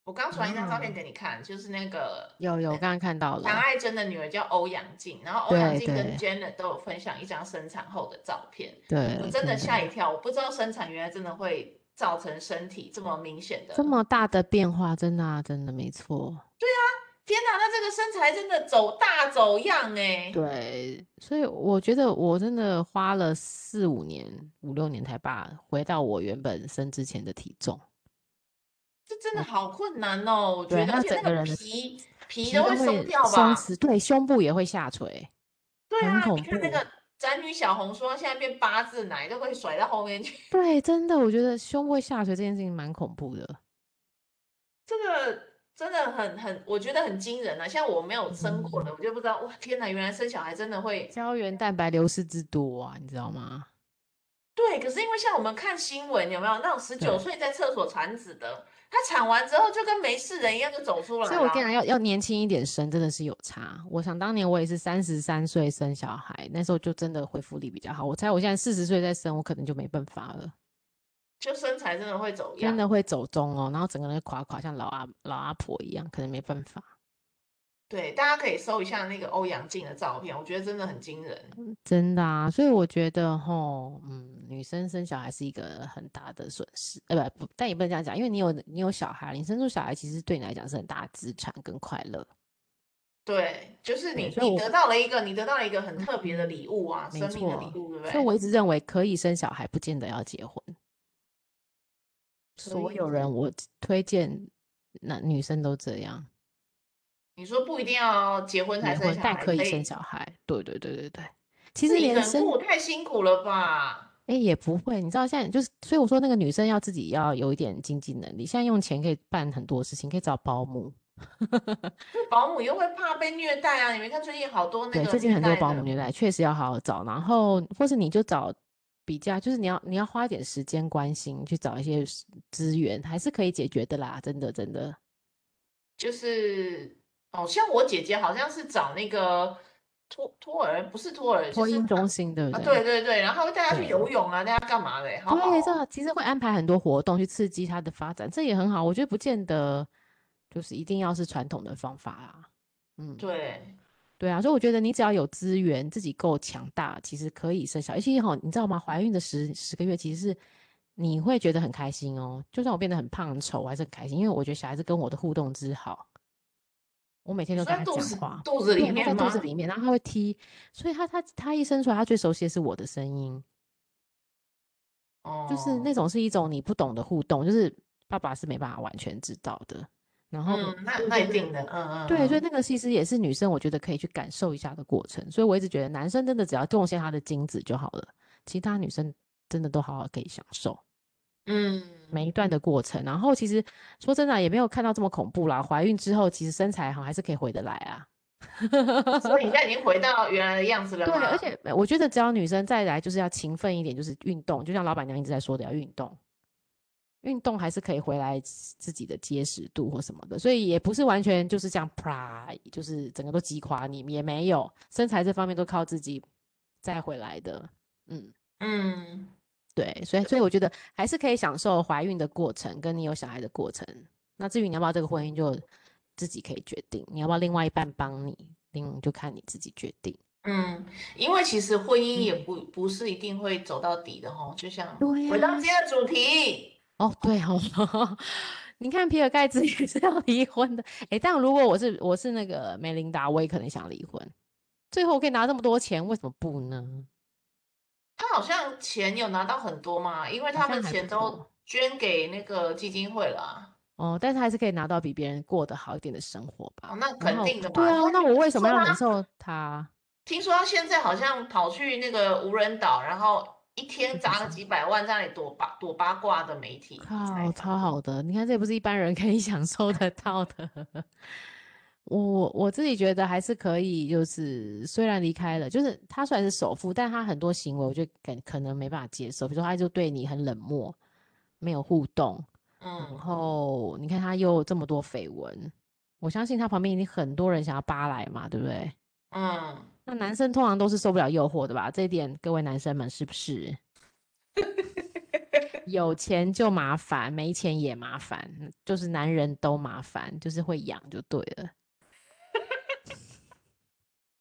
我刚传一张照片啊，给你看，就是那个有有，我刚刚看到杨了，爱珍的女儿叫欧阳靖，然后欧阳对靖对跟 Janet 都有分享一张生产后的照片，我对，真的真吓的，一跳，我不知道生产原来真的会造成身体这么明显这的。么大的变化，真的啊，真的没错，天哪，那这个身材真的走大走样哎、对，所以我觉得我真的花了四五年、五六年才把回到我原本生之前的体重，这真的我好困难哦，我觉对，得，而那且整那个个人的皮皮皮都都会松会掉松吧？弛，对，胸部也会下垂，对很啊，你恐看那怖。个宅女小红说，现在变八字奶都会甩到后面去，对，真的，我觉得胸部会下垂这件事情蛮恐怖的。这个真的很很，我觉得很惊人啊！像我没有生过的，嗯，我就不知道，哇，天哪，原来生小孩真的会。胶原蛋白流失之多啊，你知道吗？对，可是因为像我们看新闻，有没有那种十九对，岁在厕所产子的，他产完之后就跟没事人一样就走出所以来我跟你讲，啦。要要年轻一点生，真的是有差。我想当年我也是三十三岁生小孩，那时候就真的恢复力比较好。我猜我现在四十岁再生，我可能就没办法了，就身材真的会走真样。的会走中哦，然后整个人垮垮，像老阿老阿婆一样，可能没办法。对，大家可以搜一下那个欧阳靖的照片，我觉得真的很惊人。真的啊，所以我觉得吼，嗯，女生生小孩是一个很大的损失，呃，不，不，但也不能这样讲，因为你有你有小孩，你生出小孩，其实对你来讲是很大的资产跟快乐。对，就是对，你所以你我，得到了一个你得到了一个很嗯特别的嗯，礼物啊，没生命的礼错，物，对不所以对？我一直认为可以生小孩，不见得要结婚。可所以有是，人我推荐男女生都这样，你说不一定要结婚才结生婚小但孩，可以可生以。小孩。对对对对对，其自实己一连个人生顾太辛苦了吧？哎、也不会，你知道现在就是，所以我说那个女生要自己要有一点经济能力。现在用钱可以办很多事情，可以找保姆。保姆又会怕被虐待啊！你没看最近好多那对，个最近虐很多待保的姆虐待，确实要好好找。然后或是你就找比较，就是你要你要花一点时间关心，去找一些是资源，还是可以解决的啦。真的真的，就是哦，像我姐姐好像是找那个托托儿，不是托儿，就托是婴中心对不啊，对？对对对，然后她会带她去对游泳啊，带她干嘛的欸，好好对，哦这样其实会安排很多活动去刺激他的发展，这也很好。我觉得不见得就是一定要是传统的方法啦。嗯，对，对啊，所以我觉得你只要有资源，自己够强大，其实可以生小孩。而且哈，你知道吗？怀孕的十十个月，其实是你会觉得很开心哦。就算我变得很胖很丑，我还是很开心，因为我觉得小孩子跟我的互动之好，我每天都你说跟在他肚讲子话，肚子对，里他面在肚吗子？里面，然后他会踢，所以他他他一生出来，他最熟悉的是我的声音。哦，就是那种是一种你不懂的互动，就是爸爸是没办法完全知道的。然后，嗯，那对那对一对定的，嗯嗯，对，所以嗯那个其实也是女生，我觉得可以去感受一下的过程。所以我一直觉得男生真的只要贡献他的精子就好了，其他女生真的都好好可以享受嗯，每一段的过程。然后其实说真的啊、也没有看到这么恐怖啦。怀孕之后其实身材好还是可以回得来啊。 所以你现在已经回到原来的样子了对，而吗？且呃我觉得只要女生再来，就是要勤奋一点，就是运动，就像老板娘一直在说的，要运动。运动还是可以回来自己的结实度或什么的，所以也不是完全就是这样啪，就是整个都击垮你，也没有身材这方面都靠自己再回来的。嗯，嗯，对，所以所以我觉得还是可以享受怀孕的过程，跟你有小孩的过程。那至于你要不要这个婚姻，就自己可以决定，你要不要另外一半帮你，另就看你自己决定。嗯，因为其实婚姻也嗯不不是一定会走到底的哦，就像对回到呀、今天的主题，哦，对哦， 你看比尔盖茨也是要离婚的，诶，但如果我是我是那个梅琳达，我也可能想离婚。最后我可以拿这么多钱，为什么不呢？他好像钱有拿到很多嘛，因为好他像们还不钱都错捐给那个基金会了啊。哦，但是还是可以拿到比别人过得好一点的生活哦，吧。那然肯后，定的对嘛，因啊，为那我为什么说要忍他受他？听说他现在好像跑去那个无人岛，然后一天是不砸了是？几百万在那里躲八躲八卦的媒体采靠，访。超好的！你看，这也不是一般人可以享受得到的。 我我自己觉得还是可以，就是虽然离开了，就是他虽然是首富，但他很多行为我就感可能没办法接受，比如说他就对你很冷漠，没有互动，然嗯，后你看他又这么多绯闻，我相信他旁边一定很多人想要扒来嘛，对不对？嗯，那男生通常都是受不了诱惑的吧？这一点各位男生们是不是？有钱就麻烦，没钱也麻烦，嗯就是男人都麻烦，就是会痒就对了，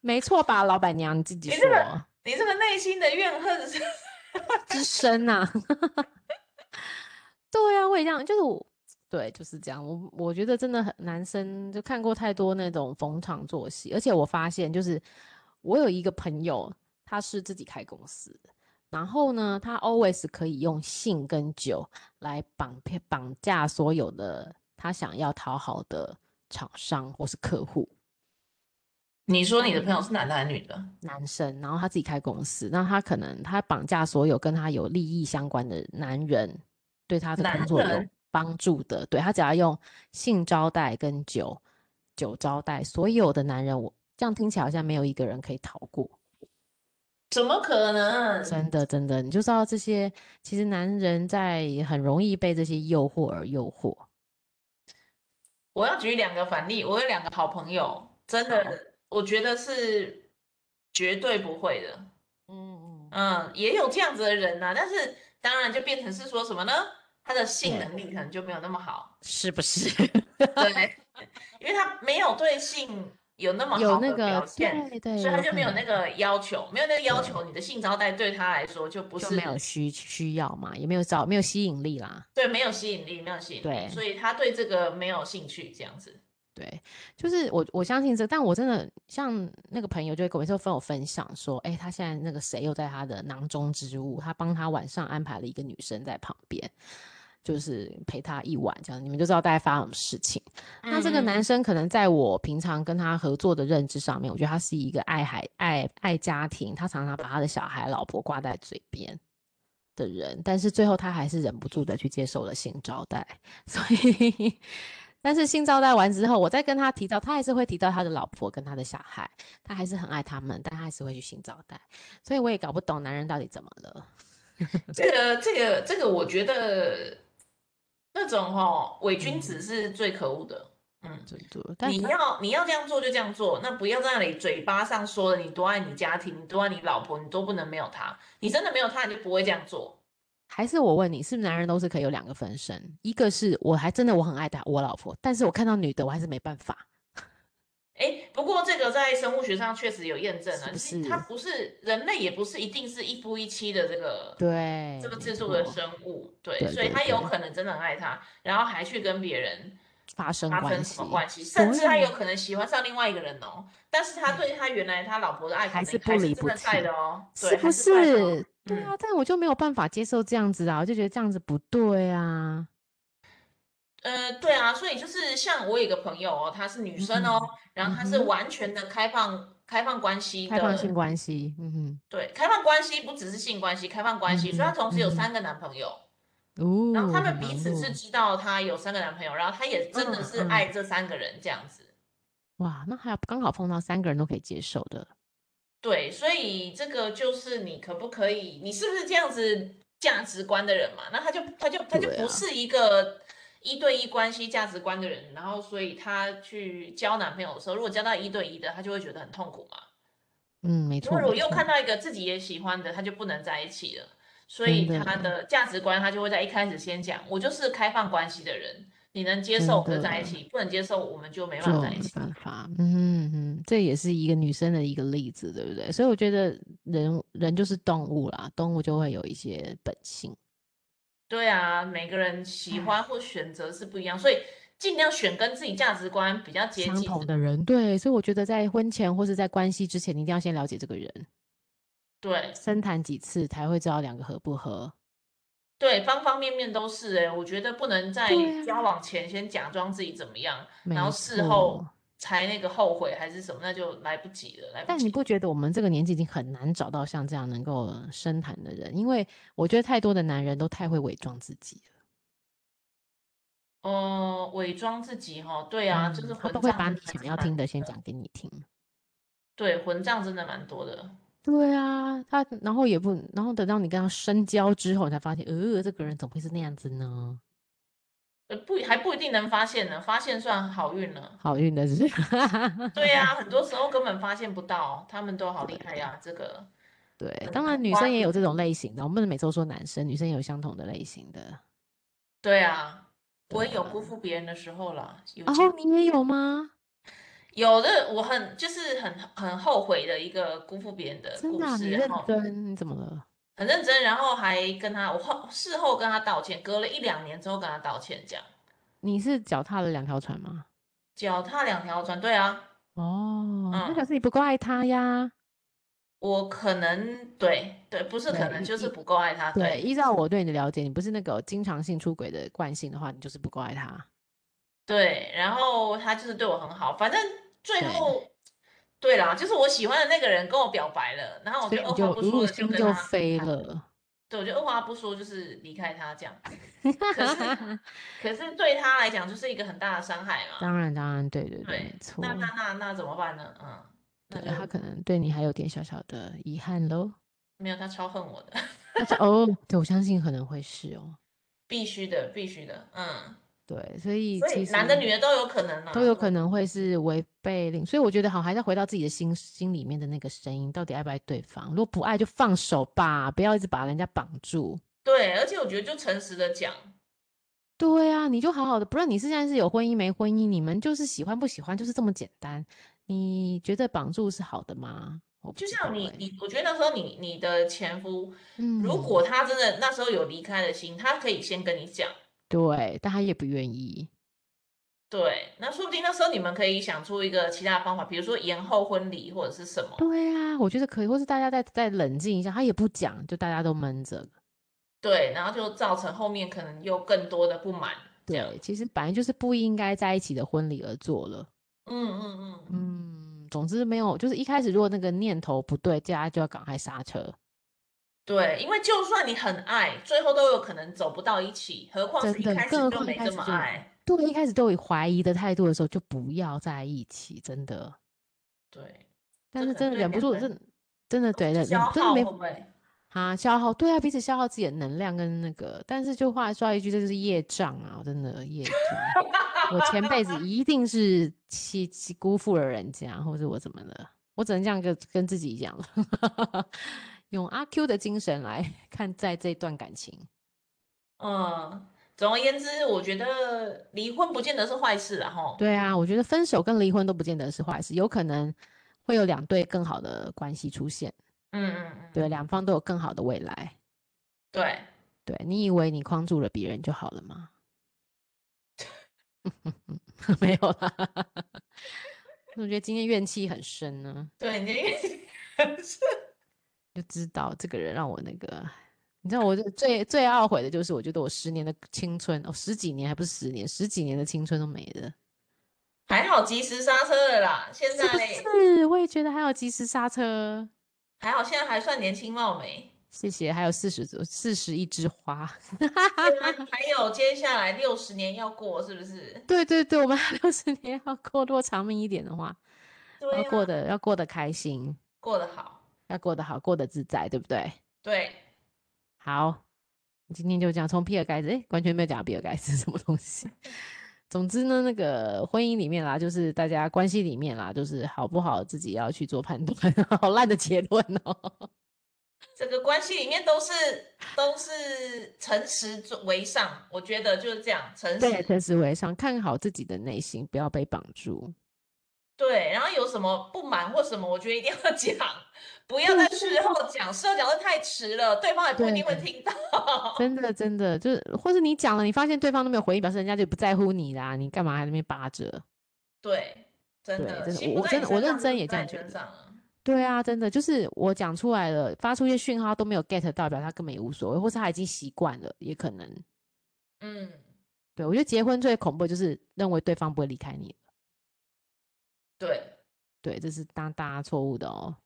没错吧，老板娘你自己你这个说，你这个内心的怨恨是， 之深呐、对啊，我也这样，就是我，对，就是这样。我我觉得真的很，男生就看过太多那种逢场作戏，而且我发现，就是我有一个朋友，他是自己开公司的，然后呢，他 always 可以用性跟酒来绑骗绑架所有的他想要讨好的厂商或是客户。你说你的朋友是男的还是女的？男生，然后他自己开公司，那他可能他绑架所有跟他有利益相关的男人，对他的男工作有人，帮助的，对他只要用性招待跟酒酒招待所有的男人，我这样听起来好像没有一个人可以逃过。怎么可能？真的，真的，你就知道这些，其实男人在很容易被这些诱惑而诱惑。我要举两个反例，我有两个好朋友，真好，的，我觉得是绝对不会的。嗯嗯，嗯，也有这样子的人呐、但是当然就变成是说什么呢？他的性对，能力可能就没有那么好，是不是对，因为他没有对性有那么有好那的个？表现，对对，所以他有就可没有那能。个要求，没有那个要对，求，你的性招待对他来说就不就没有是，需需要嘛，也没有找，没有吸引力啦。对，没有吸引力，没有吸引力，对所以他对这个没有兴趣，这样子。对，就是我我相信这，但我真的像那个朋友就会跟我每次都跟我分享说，哎，他现在那个谁又在他的囊中之物，他帮他晚上安排了一个女生在旁边，就是陪他一晚这样，你们就知道大概发生什么事情。那这个嗯男生可能在我平常跟他合作的认知上面，我觉得他是一个爱孩、爱爱家庭，他常常把他的小孩、老婆挂在嘴边的人，但是最后他还是忍不住的去接受了性招待， 所以。但是性招待完之后，我再跟他提到，他还是会提到他的老婆跟他的小孩，他还是很爱他们，但他还是会去性招待，所以我也搞不懂男人到底怎么了。这个这个这个，我觉得那种哦，伪君子是最可恶的。嗯，对对，嗯但你他要你要这样做就这样做，那不要在那里嘴巴上说你多爱你家庭，你多爱你老婆，你都不能没有他。你真的没有他，你就不会这样做。还是我问你，是不是男人都是可以有两个分身？一个是我还真的我很爱他我老婆，但是我看到女的我还是没办法。哎，不过这个在生物学上确实有验证啊，是不其实是它不是人类，也不是一定是一夫一妻的这个对，这个没制度的错生物，对，对所以对他有对可能真的很爱他，然后还去跟别人发生发关生什系么关系，甚至他对有可能喜欢上另外一个人哦。但是他对他原来他老婆的爱可还能是不还离真不的在弃的哦，对是不还是在的哦是？对嗯啊，但我就没有办法接受这样子啊，我就觉得这样子不对啊。呃，对啊，所以就是像我有一个朋友哦，她是女生哦，然后她是嗯哼完全的开放开放关系开放性的，关系，嗯对，开放关系不只是性关系，开放关系，所以她嗯哼同时有嗯哼三个男朋友，哼，哦，然后他们很彼忙此碌是知道她有三个男朋友，然后她也真的嗯是嗯爱这三个人这样子，哇，那还有刚好碰到三个人都可以接受的，对，所以这个就是你可不可以，你是不是这样子价值观的人嘛？那他就他就他就对不啊是一个一对一关系价值观的人，然后所以他去交男朋友的时候，如果交到一对一的，他就会觉得很 痛苦嘛。嗯，没因为错，如果没又错看到一个自己也喜欢的，他就不能在一起了，所真以的他的价值观他就会在一开始先讲，我就是开放关系的人，你能接受我们真就在一的起，不能接受我们就没办就法在没一起。办法，嗯嗯，这也是一个女生的一个例子，对不对？所以我觉得人人就是动物啦，动物就会有一些本性，对啊，每个人喜欢或选择是不一样，所以尽量选跟自己价值观比较接相近同的。的人，对，所以我觉得在婚前或是在关系之前，你一定要先了解这个人，对深谈几次才会知道两个合不合。对，方方面面都是哎、我觉得不能在对啊交往前先假装自己怎么样，没然后事后错，才那个后悔还是什么，那就来不及了，来不但你及。不觉得我们这个年纪已经很难找到像这样能够深谈的人？因为我觉得太多的男人都太会伪装自己了，哦，伪装自己哈、哦，对啊，就是嗯他混都账会把真你的啊还想是要蛮听的先多讲给你听。对，混账真的蛮多的。对啊，他然后也不，然后等到你跟他深交之后，你才发现，呃，这个人怎么会是那样子呢？呃，不还不一定能发现呢，发现算好 运了。好运的是，对呀、很多时候根本发现不到，他们都好厉害呀、这个。对，很当然女花生也有这种类型的，我们不能每次都说男生，女生也有相同的类型的。对啊，我也对有啊辜负别人的时候啦，有然机后哦你也有吗？有的我很就是很很后悔的一个辜负别人的真故的啊、事，你然认后真，你怎么了？很认真，然后还跟他我后事后跟他道歉，隔了一两年之后跟他道歉，这样你是脚踏了两条船吗？脚踏两条船。对啊，哦，那表嗯啊示你不够爱他呀。我可能对对，不是可对能一就是一不够爱他，对，对依照我对你的了解，你不是那个经常性出轨的惯性的话，你就是不够爱他。对，然后他就是对我很好，反正最对后对啦，就是我喜欢的那个人跟我表白了，然后我所哦就以二你就话不说呜的就心跟就他，飞了。对，我就二话不说就是离开他这样。 可是可是对他来讲就是一个很大的伤害嘛。当然，当然，对对对，对没错那。那那那怎么办呢？嗯，那对就他可能对你还有点小小的遗憾喽。没有，他超恨我的，但 是哦，对我相信可能会是哦。必须的，必须的。嗯，对，所以所以其男的实女的都有可能啊。都有可能会是违背令，所以我觉得好，还是要回到自己的心心里面的那个声音，到底爱不爱对方？如果不爱就放手吧，不要一直把人家绑住。对，而且我觉得就诚实的讲，对啊，你就好好的，不论你是现在是有婚姻没婚姻，你们就是喜欢不喜欢，就是这么简单。你觉得绑住是好的吗？我不就知像道你欸你，我觉得那时候你你的前夫，嗯，如果他真的那时候有离开的心，他可以先跟你讲。对，但他也不愿意。对，那说不定那时候你们可以想出一个其他的方法，比如说延后婚礼或者是什么。对啊，我觉得可以，或是大家再再冷静一下，他也不讲，就大家都闷着。对，然后就造成后面可能又更多的不满。这样对，其实本来就是不应该在一起的婚礼而做了。嗯嗯嗯，嗯，总之没有，就是一开始如果那个念头不对，大家就要赶快刹车。对，因为就算你很爱，最后都有可能走不到一起，何况是一真的开更始何就况一没开这始么就爱。对，一开始都以怀疑的态度的时候，就不要在一起，真的。对，但这是可真能的对忍不两住，个人真的真的对，忍消真的耗没会不会？啊消耗，对啊，彼此消耗自己的能量跟那个。但是就话说一句，这就是业障啊，真的业障。我前辈子一定是欺欺辜负了人家，或者我怎么了？我只能这样跟跟自己讲 了，用阿 Q 的精神来 看待这段感情。嗯，总而言之，我觉得离婚不见得是坏事啦，吼。对啊，我觉得分手跟离婚都不见得是坏事，有可能会有两对更好的关系出现，嗯嗯嗯，对，两方都有更好的未来。对，对你以为你框住了别人就好了吗？ 没有啦，我觉得今天怨气很深呢，对，你的 意思是，就知道这个人让我那个，你知道我就最最懊悔的就是，我觉得我十年的青春，哦，十几年还不是十年，十几年的青春都没了。还好及时刹车了啦。现 是不在是？我也觉得还有及时刹车，还好，现在还算年轻 貌美。谢谢。还有四十四十一枝花， 对啊还有接下来六十年要过，是不是？对对对，我们还六十年要过，如果长命一点的话，对啊要呀，过得要过得开心，过得好，要过得好，过得自在，对不对？对，好，今天就讲从比尔盖茨，诶，完全没有讲到比尔盖茨 是什么东西。总之呢，那个婚姻里面啦，就是大家关系里面啦，就是好不好自己要去做判断。 好烂的结论哦。这个关系里面都是都是诚实做为上，我觉得就是这样，诚对，实。诚实为上，看好自己的内心，不要被绑住。对，然后有什么不满或什么，我觉得一定要 讲，不要在事后讲，事后讲的太迟了，对方也不一定会对听到。真的，真的，就是或是你讲了，你发现对方都没有回应，表示人家就不在乎你啦，你干嘛还在那边扒着？对，真对的，真的心我我不在真你的我身上认就真不也这在你样觉身得上啊对啊，真的就是我讲出来了，发出一些讯号都没有 get 到，表示他根本也无所谓，或是他已经习惯了，也可能。嗯，对，我觉得结婚最恐怖的就是认为对方不会离开你，对，对，这是大大错误的哦。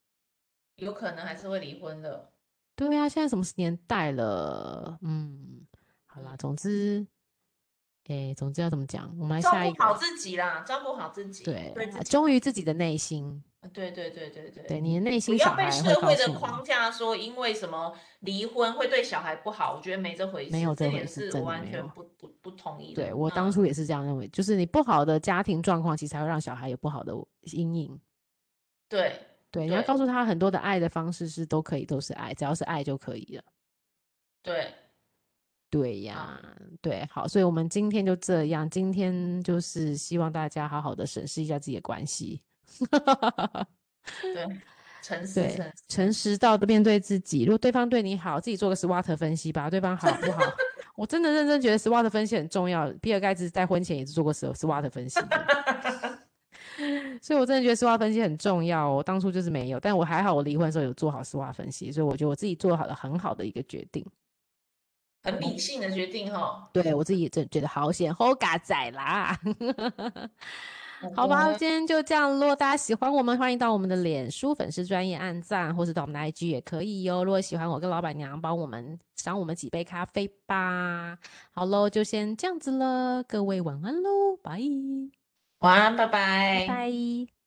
有可能还是会离婚的。对啊，现在什么年代了？嗯，好啦，嗯总之，诶，总之要怎么讲？我们来照下一顾好个，自己啦，照顾好自己，对对自，己，忠于自己的内心，对对对对对，对你的内不心，要小被孩社会告会的诉你，框架说因为什么离婚会对小孩不好，我觉得没这回事，没有这回这点事是真我的完没有全不不不同意的。对我嗯当初也是这样认为，就是你不好的家庭状况，其实才会让小孩有不好的阴影。对对，你要对告诉他很多的爱的方式是都可以，都是爱，只要是爱就可以了。对，对呀，对，好，所以我们今天就这样。今天就是希望大家好好的审视一下自己的关系， 对，诚实对诚实，诚实到的面对自己。如果对方对你好，自己做个 SWOT 分析吧，对方好不好？我真的认真觉得 SWOT 分析很重要。比尔盖茨在婚前也是做过 SWOT 分析的所以我真的觉得 SWOT 分析很重要哦。我当初就是没有，但我还好，我离婚的时候有做好 SWOT 分析，所以我觉得我自己做好了很好的一个决定。很理性的决定哈。对我自己也真觉得好险，好嘎仔啦！ 好好吧，的今天就这样咯。如果大家喜欢我们，欢迎到我们的脸书粉丝专业按赞，或是到我们的 IG 也可以哟。如果喜欢我跟老板娘，帮我们赏我们几杯咖啡吧。好喽，就先这样子了，各位晚安喽，拜晚安，拜拜拜。